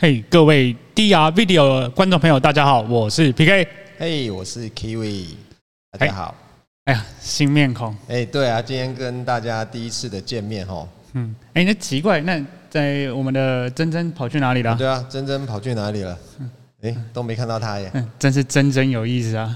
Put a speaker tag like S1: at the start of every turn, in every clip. S1: 嘿、各位 DR Video 的观众朋友，大家好，我是 PK。
S2: 嘿、我是 Kiwi，大家好。
S1: 哎呀，新面孔，
S2: 哎、对啊，今天跟大家第一次的见面哈。
S1: 嗯，哎、那奇怪，那在我们的珍珍跑去哪里了？，
S2: 对啊，珍珍跑去哪里了？哎、都没看到她耶
S1: 嗯，真是珍珍有意思啊！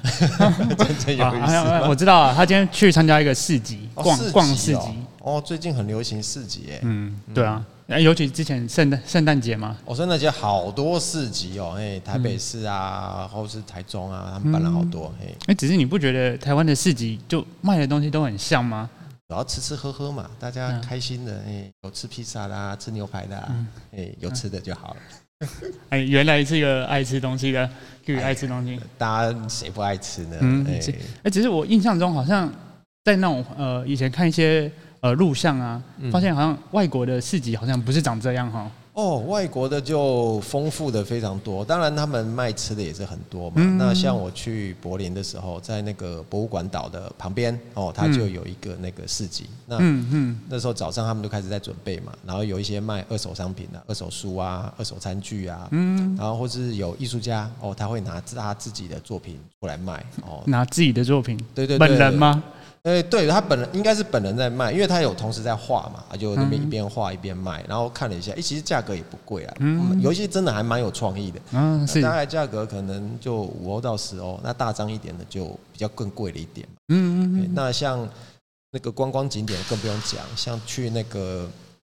S2: 珍珍 有意思
S1: 啊
S2: 吗。
S1: 我知道啊，他今天去参加一个市集，
S2: 哦
S1: 逛、逛市
S2: 集哦
S1: 集。
S2: 哦，最近很流行市集耶。
S1: 嗯，对啊，哎尤其之前圣诞圣诞节嘛，
S2: 我真的觉得好多市集哦，哎，
S1: 嗯
S2: 台北市啊，或是台中啊，他们办了好多，哎，
S1: 哎、只是你不觉得台湾的市集就卖的东西都很像吗？
S2: 然后吃吃喝喝嘛，大家
S1: 嗯嗯
S2: 开心的，哎，有吃披萨的啊，吃牛排的啊，哎，有吃的就好了。
S1: 哎、原来是一个爱吃东西的，就是爱吃东西。
S2: 大家谁不爱吃呢？
S1: 嗯
S2: 哎，
S1: 是哎、只是我印象中好像在那种呃以前看一些呃录像啊，
S2: 嗯
S1: 发现好像外国的市集好像不是长这样哈。
S2: 哦，外国的就丰富的非常多，当然他们卖吃的也是很多嘛。
S1: 嗯
S2: 那像我去柏林的时候，在那个博物馆岛的旁边，哦，它就有一个那个市集。那、
S1: 嗯嗯，
S2: 那时候早上他们就开始在准备嘛，然后有一些卖二手商品的、二手书啊、二手餐具啊，嗯，然后或是有艺术家哦，他会拿他自己的作品出来卖哦。
S1: 拿自己的作品，
S2: 对
S1: 嗯
S2: 对对
S1: 本人吗？
S2: 呃，对他本人应该是本人在卖，因为他有同时在画嘛，啊就那
S1: 嗯
S2: 边一边画一边卖，然后看了一下，诶，其实价格也不贵啊，嗯，有一些真的还蛮有创意的，
S1: 嗯，是
S2: 大，概价格可能就五欧到十欧，那大张一点的就比较更贵了一点嘛。
S1: 嗯嗯
S2: 对那像那个观光景点更不用讲，像去那个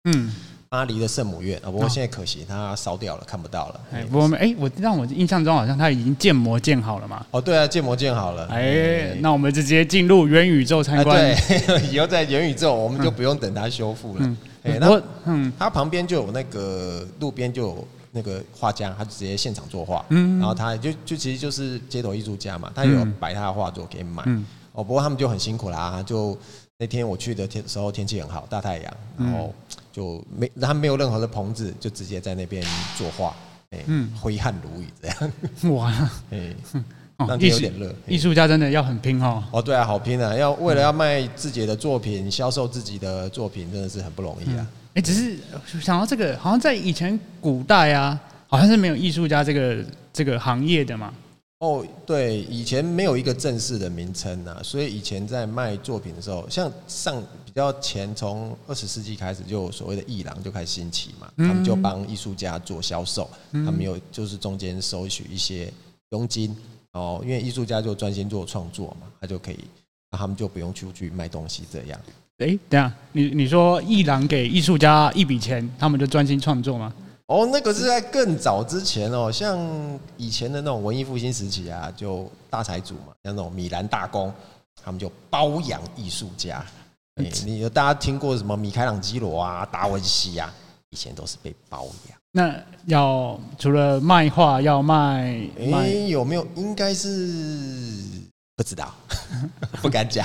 S1: 嗯。
S2: 巴黎的圣母院啊，不过现在可惜它烧掉了，看不到了。
S1: 哦哎、
S2: 哎
S1: 我们哎、我让我印象中好像他已经建模建好了嘛。
S2: 哦，对啊，建模建好了。嗯
S1: 哎、那我们就直接进入元宇宙参
S2: 哎，
S1: 观。
S2: 对， 以后在元宇宙我们就不用等它修复了。哎，
S1: 我
S2: 那
S1: 嗯，
S2: 它旁边就有那个路边就有那个画家，他就直接现场作画，
S1: 嗯
S2: 然后他就就其实就是街头艺术家嘛，他有摆他的画作给你买。
S1: 嗯
S2: 哦，不过他们就很辛苦啦，就那天我去的天时候天气很好，大太阳，
S1: 嗯
S2: 然后就没他没有任何的棚子，就直接在那边作画，哎、
S1: 嗯
S2: 挥汗如雨这样，
S1: 哇，
S2: 哎、
S1: 哦
S2: 让，天
S1: 艺
S2: 有
S1: 术
S2: 点热。
S1: 艺术家真的要很拼哦。
S2: 哦，对啊，好拼啊！要为了要卖自己的作品，销售自己的作品，真的是很不容易啊。
S1: 哎、只是想到这个，好像在以前古代啊，好像是没有艺术家这个这个行业的嘛。
S2: 哦，对，以前没有一个正式的名称啊，所以以前在卖作品的时候，像上比较前，从二十世纪开始，就有所谓的艺廊就开始兴起嘛，他们就帮艺术家做销售，他们有就是中间收取一些佣金哦，因为艺术家就专心做创作嘛，他就可以，那他们就不用出去卖东西这样。
S1: 哎、等一下，你你说艺廊给艺术家一笔钱，他们就专心创作吗？
S2: 哦，那个是在更早之前哦，像以前的那种文艺复兴时期啊，就大财主嘛，像那种米兰大公，他们就包养艺术家。哎、
S1: 嗯
S2: 你有大家听过什么米开朗基罗啊、达文西啊？以前都是被包养。
S1: 那要除了卖画，要卖
S2: 哎、
S1: 卖，
S2: 有没有？应该是不知 道，不敢讲，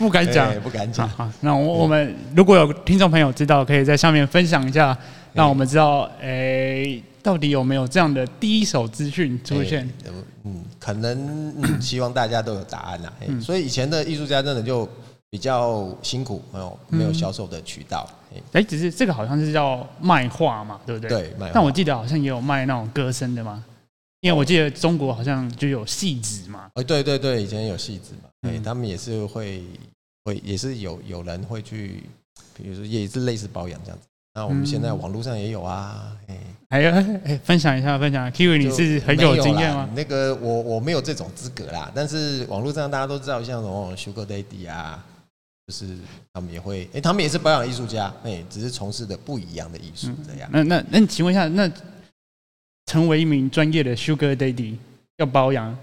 S1: 不敢讲。
S2: 哎不敢
S1: 好
S2: 讲。
S1: 好，那我我们如果有听众朋友知道，可以在下面分享一下，让我们知道，哎、到底有没有这样的第一手资讯出现？
S2: 哎嗯，可能嗯，希望大家都有答案啦。哎
S1: 嗯
S2: 所以以前的艺术家真的就比较辛苦，没有
S1: 嗯
S2: 没有销售的渠道。哎
S1: 哎、只是这个好像是叫卖画嘛，对不对？
S2: 对，卖
S1: 但
S2: 画
S1: 我记得好像也有卖那种歌声的嘛，因为我记得中国好像就有戏子嘛。
S2: 哎，对对对，以前有戏子嘛，哎、
S1: 嗯
S2: 他们也是会会也是有有人会去，比如说也是类似保养这样子。那我们现
S1: 嗯
S2: 在网络上也有啊，哎、
S1: 哎呀，哎，分享一下，分享一下，Kiwi 你
S2: 就是
S1: 很
S2: 没有
S1: 经验
S2: 啦
S1: 吗？？
S2: 那个我我没有这种资格啦，但是网络上大家都知道，像什么哦 Sugar Daddy 啊，就是他们也会，哎、他们也是保养艺术家，哎、只是从事的不一样的艺
S1: 嗯
S2: 术这样。
S1: 那那那，请问一下，那成为一名专业的 Sugar Daddy 要保养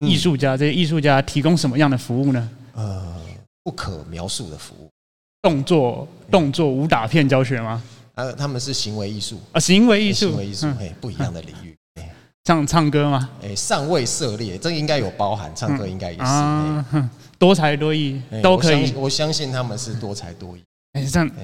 S2: 嗯
S1: 艺术家，这些艺术家提供什么样的服务呢？
S2: 呃，不可描述的服务，
S1: 动作、动作武打片教学吗？
S2: 啊，他们是行为艺术，
S1: 啊，行为艺
S2: 行
S1: 术
S2: 为艺，术，
S1: 嗯
S2: 哎、不一样的领域。哎
S1: 像唱歌吗？
S2: 哎、上位涉猎，这个应该有包含，唱歌应该也是。
S1: 啊
S2: 哎，
S1: 哼多才多艺
S2: 哎
S1: 都可以
S2: 我相。我相信他们是多才多艺。
S1: 哎、这样
S2: 哎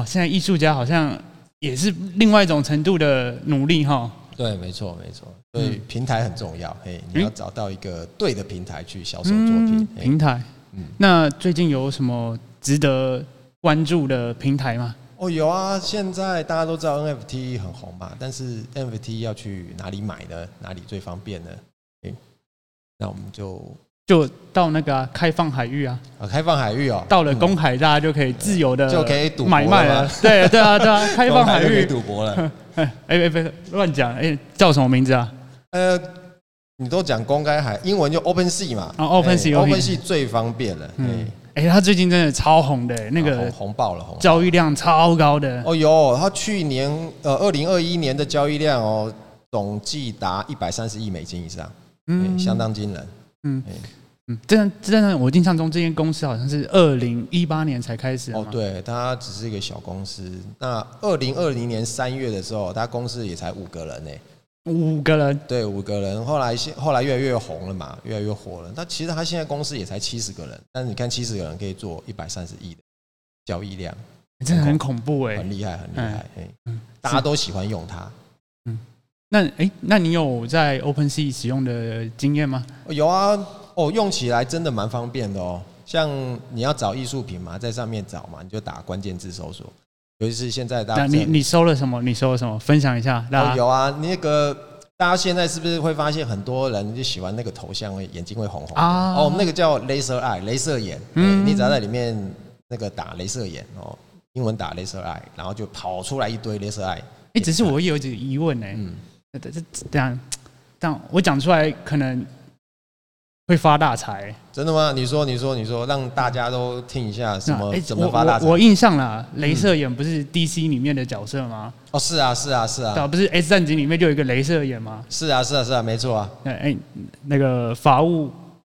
S1: 哦，现在艺术家好像也是另外一种程度的努力哈。
S2: 对，没错，没错。所
S1: 嗯
S2: 以平台很重要，嘿、你要找到一个对的平台去销售作
S1: 嗯
S2: 品。哎
S1: 平台，
S2: 嗯
S1: 那最近有什么值得关注的平台吗？
S2: 哦，有啊，现在大家都知道 NFT 很红吧？但是 NFT 要去哪里买呢？哪里最方便呢？诶那我们就
S1: 就到那个啊、开放海域啊，
S2: 啊开放海域哦，
S1: 到了公海，大家就可以自由的
S2: 嗯就可以赌博
S1: 买卖
S2: 了
S1: 了
S2: 吗。
S1: 对对啊对啊，开放海
S2: 就可以
S1: 域。
S2: 赌博了。
S1: 哎哎，别乱讲，哎，叫什么名字啊？
S2: 呃，你都讲公开海，英文就 Open Sea 嘛。
S1: 哦，Open Sea，
S2: Open
S1: Open
S2: Sea 最方便了。嗯
S1: 嗯，，哎，他最近真的超红的，那
S2: 啊红
S1: 个
S2: 红爆了，红。
S1: 交易量超高的，
S2: 哦，有，它去年呃，二零二一年的交易量哦，总计达一百三十亿美金以上，嗯，
S1: 嗯，
S2: 相当惊人。
S1: 嗯，真的真的，我印象中这间公司好像是二零一八年才开始的
S2: 哦
S1: 嘛，
S2: 对，它只是一个小公司。那二零二零年三月的时候，它公司也才五个人呢，欸
S1: 五个人，
S2: 对，五个人。后来现后来越来越红了嘛，越来越火了。那其实它现在公司也才七十个人，但是你看七十个人可以做一百三十亿的交易量，
S1: 真的很恐怖哎。
S2: 很厉害，很厉害。嘿
S1: 嗯
S2: 大家都喜欢用它。
S1: 那哎，那你有在 OpenSea 使用的经验吗？
S2: 哦有啊，哦，用起来真的蛮方便的哦。像你要找艺术品嘛，在上面找嘛，你就打关键字搜索。尤其是现在大家
S1: 那
S2: 不是
S1: 你你收了什么？你收了什么？分享一下，大
S2: 哦，
S1: 家
S2: 有啊，那个大家现在是不是会发现很多人就喜欢那个头像会眼睛会红红的
S1: 啊
S2: 哦，我们那个叫 laser eye，镭射眼。嗯，
S1: 嗯
S2: 你只要在里面那个打镭射眼哦，英文打 laser eye，然后就跑出来一堆 laser eye。
S1: 哎，只是我有一个疑问哎，
S2: 嗯，
S1: 这这这这样这样，我讲出来可能会发大财。
S2: 真的吗？你说，你说，你说，让大家都听一下什
S1: 那
S2: 么
S1: 哎
S2: 怎
S1: 我
S2: 么发大财嗯
S1: 我我印象啦，镭射眼不是 DC 里面的角色吗？
S2: 哦，是啊，是啊，是
S1: 对
S2: 啊，
S1: 啊，不是 S 战警里面就有一个镭射眼吗？
S2: 是啊，是啊，是啊，没错啊。
S1: 哎哎，那个法务，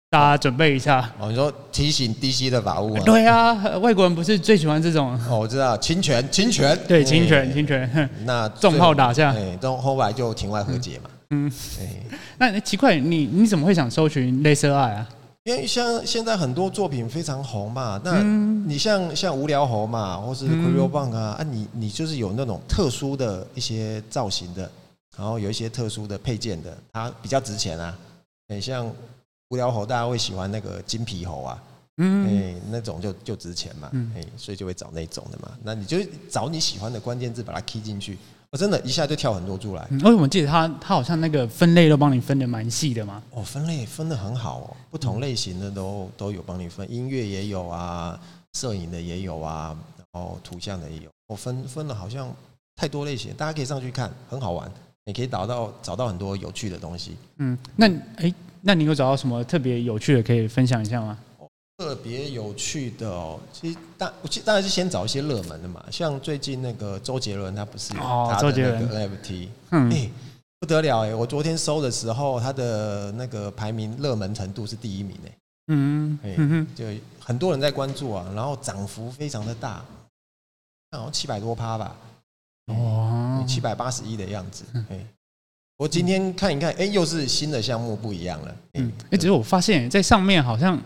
S1: 大家准备一下。
S2: 哦，你说提醒 DC 的法务啊？
S1: 对啊，外国人不是最喜欢这种
S2: 哦，我知道，侵权，侵权，
S1: 对侵权
S2: 哎
S1: 侵权。哼
S2: 那
S1: 重炮打架
S2: 哎，到后来就庭外和解嘛。嗯
S1: 嗯，
S2: 哎，
S1: 那奇怪，你你怎么会想搜寻镭射爱啊？
S2: 因为像现在很多作品非常红嘛，那
S1: 嗯
S2: 你像像无聊猴嘛，或是 c r e o b a n k 啊，啊，你你就是有那种特殊的一些造型的，然后有一些特殊的配件的，它比较值钱啊。哎，像无聊猴，大家会喜欢那个金皮猴啊，哎、
S1: 嗯，
S2: 那种就就值钱嘛，哎、
S1: 嗯
S2: 所以就会找那种的嘛。那你就找你喜欢的关键字把它 key 进去，我、真的一下就跳很多出来。
S1: 嗯为什么记得他他好像那个分类都帮你分的蛮细的嘛？
S2: 哦，分类分的很好哦，不同类
S1: 嗯
S2: 型的都都有帮你分，音乐也有啊，摄影的也有啊，然后图像的也有。我、分分了好像太多类型，大家可以上去看，很好玩，你可以找到找到很多有趣的东西。
S1: 嗯，那哎，那你有找到什么特别有趣的可以分享一下吗？
S2: 特别有趣的哦，其实大我其实当然是先找一些热门的嘛，像最近那个周杰伦他不是有
S1: 哦
S2: 他
S1: 周杰
S2: 的那
S1: 伦
S2: 个 NFT，哎、
S1: 嗯，
S2: 不得了哎、我昨天搜的时候，他的那个排名热门程度是第一名哎、
S1: 嗯
S2: 哎
S1: 嗯哼，
S2: 就很多人在关注啊，然后涨幅非常的大，好像七百多趴吧，
S1: 哦，
S2: 七百八十一的样子，
S1: 嗯
S2: 哎、我今天看一看，哎、又是新的项目不一样了，哎
S1: 嗯，哎，只是我发现在上面好像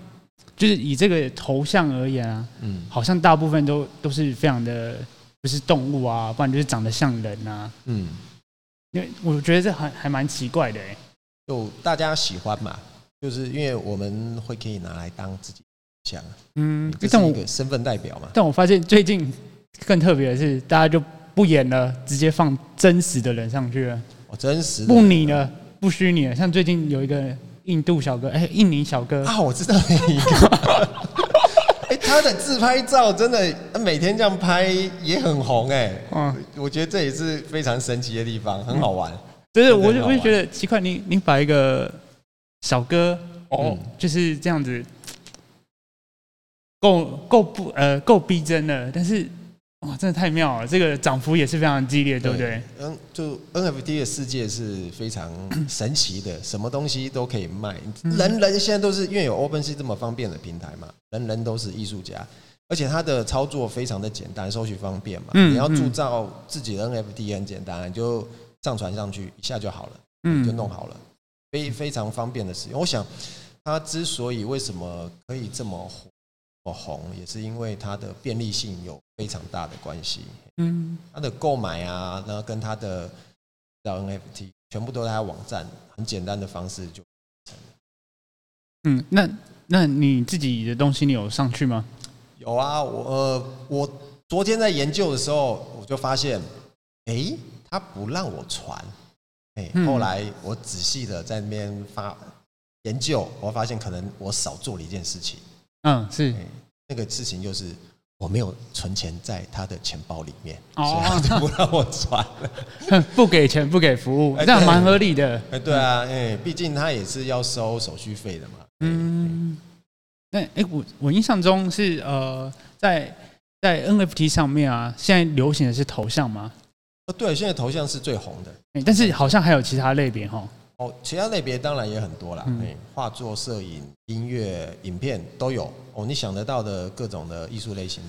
S1: 就是以这个头像而言啊，
S2: 嗯
S1: 好像大部分都都是非常的，不是动物啊，不然就是长得像人啊。
S2: 嗯，
S1: 因为我觉得这还还蛮奇怪的、欸，
S2: 就大家喜欢嘛，就是因为我们会可以拿来当自己像，
S1: 嗯，
S2: 啊哎这
S1: 但
S2: 是一
S1: 我
S2: 个身份代表嘛，
S1: 但我发现最近更特别的是，大家就不演了，直接放真实的人上去了，
S2: 哦，真实的
S1: 不拟了，不虚拟了。像最近有一个印度小哥， 哎、印尼小哥，
S2: 啊，我知道 那一个。哎、他的自拍照真的每天这样拍也很红哎、
S1: 嗯，
S2: 我觉得这也是非常神奇的地方，很好玩。
S1: 就是我
S2: 真的
S1: 就
S2: 好
S1: 我
S2: 玩
S1: 就觉得奇怪，你你把一个小哥哦、
S2: 嗯
S1: 就是这样子，够够不呃够逼真了，但是哇，真的太妙了，这个涨幅也是非常激烈，对不对？？
S2: 嗯，就 NFT 的世界是非常神奇的，什么东西都可以卖。
S1: 嗯
S2: 人人现在都是因为有 OpenSea 这么方便的平台嘛，人人都是艺术家，而且它的操作非常的简单，搜取方便嘛。
S1: 嗯
S2: 你要铸
S1: 嗯
S2: 造自己的 NFT 也很简单，你就上传上去一下就好了。
S1: 嗯
S2: 就弄好了，非非常方便的使用。我想，它之所以为什么可以这么火这么红，也是因为它的便利性有非常大的关系。
S1: 嗯
S2: 它的购买啊，然后跟它的到 NFT 全部都在它网站，很简单的方式就。
S1: 嗯，那那你自己的东西你有上去吗？
S2: 有啊，我呃，我昨天在研究的时候，我就发现，诶，他不让我传。哎、
S1: 嗯
S2: 后来我仔细的在那边发研究，我发现可能我少做了一件事情。
S1: 嗯，是
S2: 哎那个事情就是我没有存钱在他的钱包里面，
S1: 哦
S2: 所以他就不让我传了。
S1: 哼 不给钱不给服务，
S2: 哎
S1: 这样蛮合理的。
S2: 哎，对啊，哎，毕竟他也是要收手续费的嘛。
S1: 嗯，那哎、诶我我印象中是呃，在在 NFT 上面啊，现在流行的是头像嘛，
S2: 哦，对，现在头像是最红的。
S1: 诶但是好像还有其他类别哈。
S2: 哦，其他类别当然也很多啦，哎、
S1: 嗯
S2: 画作、摄影、音乐、影片都有哦，你想得到的各种的艺术类型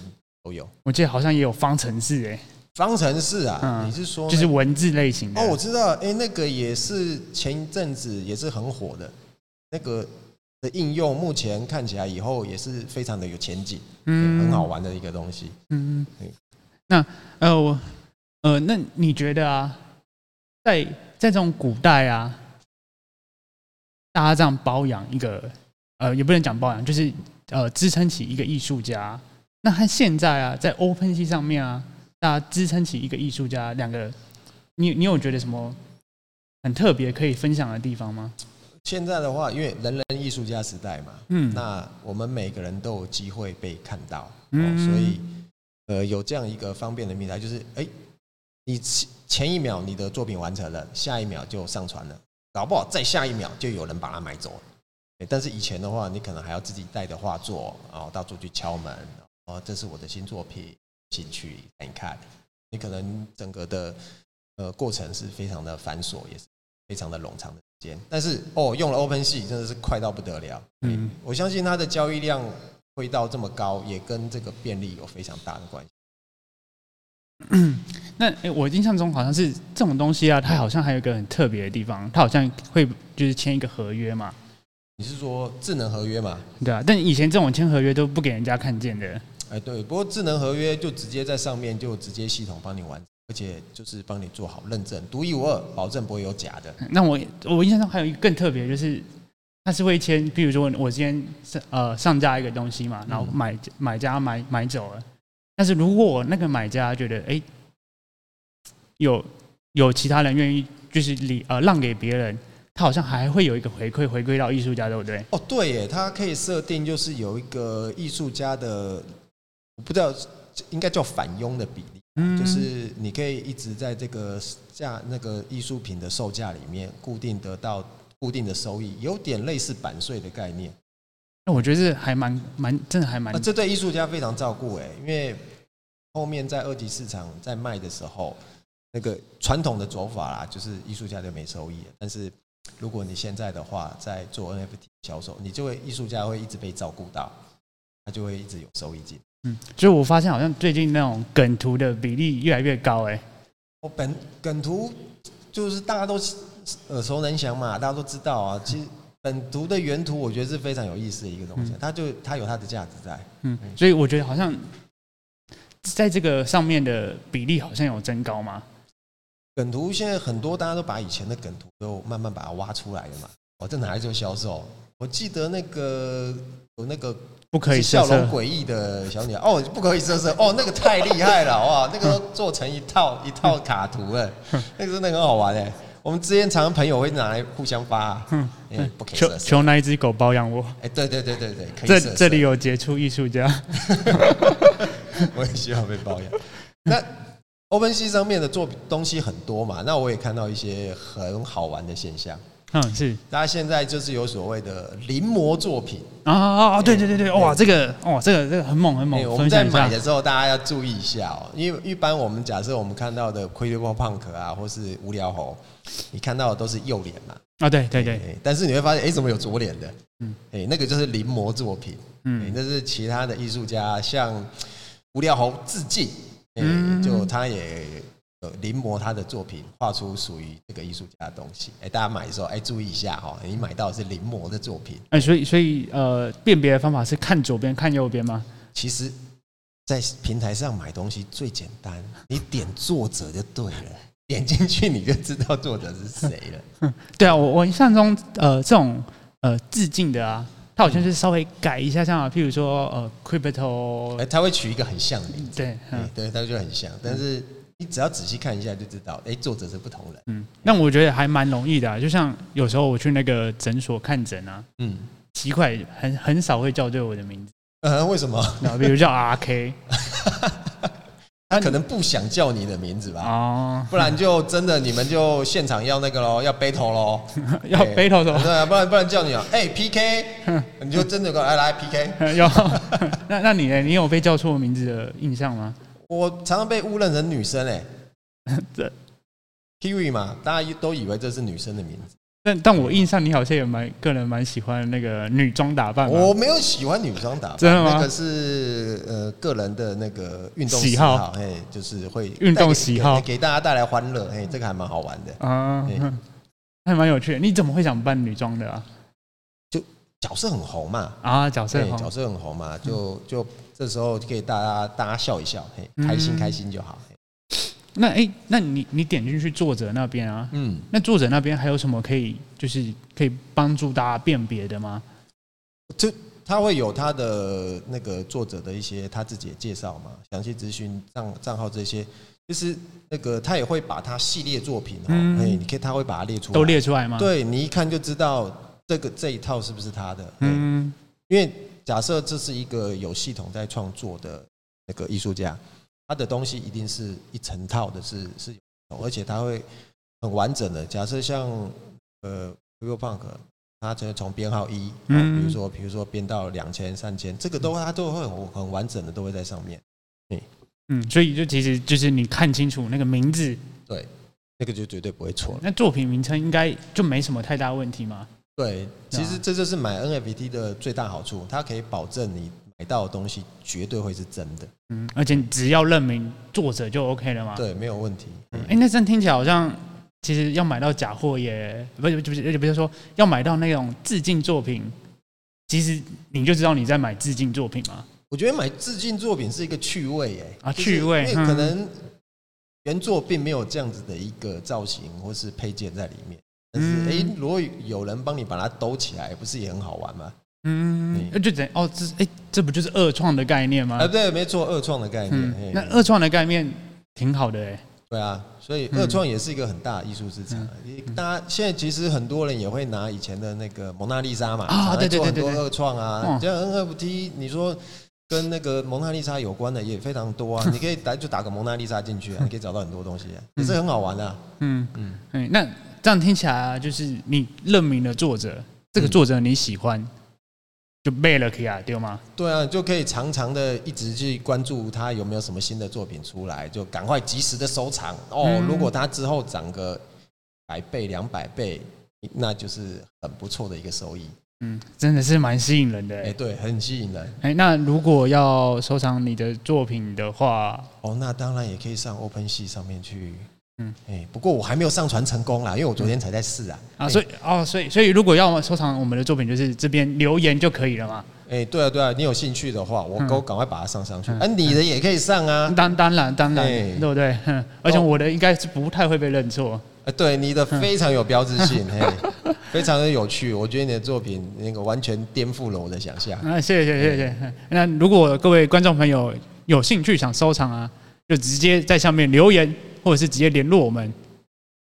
S2: 都有。
S1: 我记得好像也有方程式、诶
S2: 方程式啊，
S1: 嗯
S2: 你是说
S1: 就是
S2: 那
S1: 文字类型的。
S2: 哦，我知道，哎、那个也是前一阵子也是很火的，那个的应用目前看起来以后也是非常的有前景，
S1: 嗯
S2: 很好。玩的一个东西。
S1: 嗯
S2: 对，
S1: 那呃我呃，那你觉得啊，在在这种古代啊，大家这样包养一个呃，也不能讲包养，就是呃支撑起一个艺术家。那和现在啊，在 OpenSea 上面啊，大家支撑起一个艺术家，两个，你你有觉得什么很特别可以分享的地方吗？
S2: 现在的话，因为人人艺术家时代嘛，
S1: 嗯，
S2: 那我们每个人都有机会被看到，
S1: 嗯
S2: 哦、所以呃有这样一个方便的平台，就是哎、你前前一秒你的作品完成了，下一秒就上传了，搞不好再下一秒就有人把它买走了。哎但是以前的话，你可能还要自己带着画作，然后到处去敲门，哦，这是我的新作品，请去看一看。你可能整个的呃过程是非常的繁琐，也是非常的冗长的时间。但是哦，用了 OpenSea 真的是快到不得了。
S1: 嗯
S2: 嗯，我相信它的交易量会到这么高，也跟这个便利有非常大的关系。
S1: 那诶、我印象中好像是这种东西啊，它好像还有一个很特别的地方，它好像会就是签一个合约嘛，
S2: 你是说智能合约嘛？
S1: 对啊。但以前这种签合约都不给人家看见的，
S2: 哎，对，不过智能合约就直接在上面就直接系统帮你完成，而且就是帮你做好认证，独一无二，保证不会有假的。
S1: 那我我印象中还有一个更特别，就是它是会签，比如说我今天上呃上架一个东西嘛，然后买买家买买走了，但是如果我那个买家觉得诶有有其他人愿意就是礼呃让给别人，他好像还会有一个回馈回归到艺术家，对不对？
S2: 哦，对耶，它可以设定就是有一个艺术家的，我不知道应该叫返佣的比例。
S1: 嗯
S2: 就是你可以一直在这个价那个艺术品的售价里面固定得到固定的收益，有点类似版税的概念。
S1: 那我觉得这还蛮蛮真的还蛮
S2: 那这对艺术家非常照顾哎，因为后面在二级市场在卖的时候，那个传统的走法啦，就是艺术家就没收益了。但是如果你现在的话在做 NFT 销售，你就会艺术家会一直被照顾到，他就会一直有收益进。
S1: 嗯，所以我发现好像最近那种梗图的比例越来越高、欸，哎，
S2: 我哦本梗图就是大家都耳熟能详嘛，大家都知道啊。其实本图的原图，我觉得是非常有意思的一个东西，它就它有它的价值在。
S1: 嗯，所以我觉得好像在这个上面的比例好像有增高嘛，
S2: 梗图现在很多大家都把以前的梗图都慢慢把它挖出来了嘛，我这拿来做销售。我记得那个有那个
S1: 不可以
S2: 是
S1: 设
S2: 笑容
S1: 设，
S2: 诡异的小女孩哦，不可以色色哦，那个太厉害了哇，那个都做成一套一套卡图了，那个真的很好玩哎。我们之前常常朋友会拿来互相发、啊，嗯，不可以色
S1: 求
S2: 色
S1: 求那一只狗包养我，
S2: 哎、对对对对对，可以
S1: 这
S2: 色色
S1: 这里有杰出艺术家，
S2: 我也需要被包养。 那 OpenSea 上面的作品东西很多嘛，那我也看到一些很好玩的现象。
S1: 嗯，是
S2: 大家现在就是有所谓的临摹作品，
S1: 啊啊啊，对对对对，哇，这个哇这个这个很猛很
S2: 哎、
S1: 猛，
S2: 我们
S1: 分
S2: 在
S1: 享一
S2: 买
S1: 下
S2: 的，时候大家要注意一下哦，因为一般我们假设我们看到的 c r a z y Punk 啊，或是无聊猴，你看到的都是右脸嘛，
S1: 啊，对对对，
S2: 哎但是你会发现，哎、怎么有左脸的？
S1: 嗯
S2: 嗯，哎、那个就是临摹作品，嗯、
S1: 嗯
S2: 那是其他的艺术家向无聊猴致敬，哎、
S1: 嗯
S2: 就他也呃临摹他的作品，画出属于这个艺术家的东西。哎、大家买的时候，哎、注意一下哈、你买到的是临摹的作品，
S1: 哎、所以所以呃，辨别的方法是看左边看右边吗？
S2: 其实。在平台上买东西最简单，你点作者就对了， 点进去你就知 道作者是谁了。
S1: 对啊，我我印象中，呃，这种呃致敬的啊，它好像是稍微改一下，像譬如说呃，crypto，
S2: 哎，他会取一个很像的名字，
S1: 对，嗯
S2: 哎对，他就很像，但是你只要仔细看一下就知道，哎，作者是不同人，
S1: 嗯，那我觉得还蛮容易的、啊，就像有时候我去那个诊所看诊啊，
S2: 嗯，
S1: 奇怪，很很少会叫对我的名字，
S2: 呃，为什么？
S1: 然后比如叫 RK
S2: 他可能不想叫你的名字吧，
S1: 哦，
S2: 不然就真的你们就现场要那个喽，要 battle 喽，
S1: 要
S2: 哎
S1: battle 什么
S2: 对啊，不然不然叫你啊，哎 PK，你就真的有个哎来来 PK。
S1: 有，那那你呢？你有被叫错名字的印象吗？
S2: 我常常被误认成女生哎、
S1: 这，
S2: Kiwi 嘛，大家都以为这是女生的名字。
S1: 但但我印象你好像也蛮个人蛮喜欢那个女装打扮嘛，
S2: 我没有喜欢女装打扮，
S1: 真的吗
S2: 那个是呃个人的那个运动
S1: 喜好
S2: 好，哎，就是会
S1: 运动
S2: 带给
S1: 喜好
S2: 给给大家带来欢乐，哎，这个还蛮好玩的。
S1: 啊
S2: 对，
S1: 还蛮有趣的。你怎么会想扮女装的啊？
S2: 角色很红嘛，
S1: 啊，角色
S2: 对，
S1: 哈
S2: 角色很红嘛，就就这时候就可以大家大家笑一笑，嘿，
S1: 嗯
S2: 开心开心就好。嘿
S1: 那哎、那你你点进去作者那边啊，
S2: 嗯，
S1: 那作者那边还有什么可以就是可以帮助大家辨别的吗？
S2: 他会有他的那个作者的一些他自己的介绍嘛，详细资讯账账号这些，就是那个他也会把他系列作品哦，哎、
S1: 嗯
S2: 你可以他会把它列出来，
S1: 都列出来吗？，
S2: 对你一看就知道这个这一套是不是他的，嗯，
S1: 嗯
S2: 因为假设这是一个有系统在创作的那个艺术家，他的东西一定是一成套的是，是有系统，而且他会很完整的。假设像呃 p u Punk，他就从编号一，
S1: 嗯
S2: 嗯，比如说比如说编到两千、三千，这个都他都会很很完整的都会在上面，
S1: 嗯，所以就其实就是你看清楚那个名字，
S2: 那个就绝对不会错了。
S1: 那作品名称应该就没什么太大问题嘛。
S2: 对，
S1: 对
S2: 其
S1: 啊
S2: 实这就是买 NFT 的最大好处，它可以保证你买到的东西绝对会是真的，
S1: 嗯，而且你只要认明作者就 OK 了嘛。
S2: 对，没有问题。
S1: 哎、那这样听起来好像，其实要买到假货也不是不是，也不是说要买到那种致敬作品，其实你就知道你在买致敬作品嘛。
S2: 我觉得买致敬作品是一个趣味、耶，
S1: 啊
S2: 就是
S1: 趣味
S2: 因为可能原作并没有这样子的一个造型或是配件在里面。但是，
S1: 嗯
S2: 哎、如果有人帮你把它兜起来，不是也很好玩吗？
S1: 嗯，就等于哦，这哎、这不就是二创的概念吗？
S2: 啊，对，没错，二创的概念。
S1: 嗯
S2: 嘿，
S1: 那二创的概念挺好的哎、
S2: 对啊，所以
S1: 嗯
S2: 二创也是一个很大的艺术市场啊。因为大家现在其实很多人也会拿以前的那个蒙娜丽莎嘛，
S1: 啊
S2: 常
S1: 对
S2: 常
S1: 对
S2: 做很
S1: 对
S2: 多
S1: 对对
S2: 二创啊
S1: 嗯。
S2: 像 NFT，你说跟那个蒙娜丽莎有关的也非 常多啊。你可以打就打个蒙娜丽莎进去啊，你可以找到很多东西啊，也是很好玩的啊。
S1: 嗯嗯
S2: 嗯
S1: 那这样听起来、啊、就是你认明了作者，这
S2: 嗯
S1: 个作者你喜欢，就卖了可以啊，对吗？
S2: 对啊，你就可以常常的一直去关注他有没有什么新的作品出来，就赶快及时的收藏哦
S1: 嗯。
S2: 如果它之后涨个百倍、两百倍，那就是很不错的一个收益。
S1: 嗯，真的是蛮吸引人的哎、
S2: 哎，对，很吸引人。
S1: 哎、那如果要收藏你的作品的话，
S2: 哦，那当然也可以上 Open s e a 上面去。
S1: 嗯
S2: 嗯，哎、不过我还没有上传成功啦，因为我昨天才在试啊。
S1: 啊，所
S2: 以，
S1: 以哦，所以所以如果要收藏我们的作品，就是这边留言就可以了嘛。
S2: 哎、对啊，对啊，你有兴趣的话，我
S1: 嗯
S2: 我赶快把它上上去。
S1: 嗯
S2: 啊，你的也可以上啊。
S1: 当当然当然，
S2: 哎
S1: 对不对？哼而
S2: 哦
S1: 且我的应该是不太会被认错。
S2: 哎、对，你的非常有标志性，
S1: 嗯
S2: 嘿，非常的有趣。我觉得你的作品那个完全颠覆了我的想象。
S1: 啊，谢谢谢谢谢谢。哼那如果各位观众朋友有兴趣想收藏啊，就直接在下面留言，或者是直接联络我们。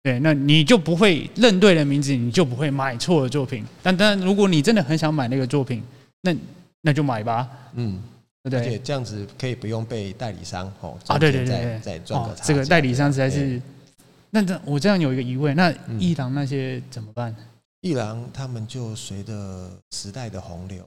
S1: 对，那你就不会认对了名字，你就不会买错的作品。但当然，如果你真的很想买那个作品，那那就买吧，
S2: 嗯，
S1: 对不
S2: 而
S1: 对？
S2: 且这样子可以不用被代理商哦
S1: 啊，对对对
S2: 再
S1: 对，
S2: 再赚个
S1: 哦
S2: 差价、
S1: 这个代理商实在
S2: 对
S1: 是，那这我这样有一个疑问，那
S2: 嗯
S1: 伊朗那些怎么办？
S2: 一郎他们就随着时代的洪流，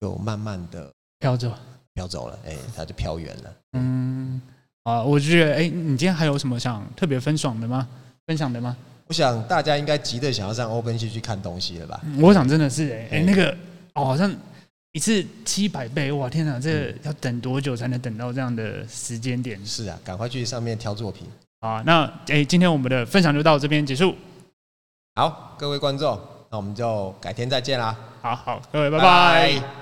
S2: 就慢慢的
S1: 飘走？
S2: 飘走了，哎、他就飘远了。
S1: 嗯，啊，我觉得，哎，你今天还有什么想特别分享的吗？分享的吗？
S2: 我想大家应该急着想要上 Open 去去看东西了吧？
S1: 嗯我想真的是，哎，哎，
S2: 嗯
S1: 那个哦，好像一次七百倍，哇，天哪，这要等多久才能等到这样的时间点？
S2: 是啊，赶快去上面挑作品。
S1: 啊，那哎，今天我们的分享就到这边结束。
S2: 好，各位观众，那我们就改天再见啦，
S1: 好好，各位，拜拜。
S2: 拜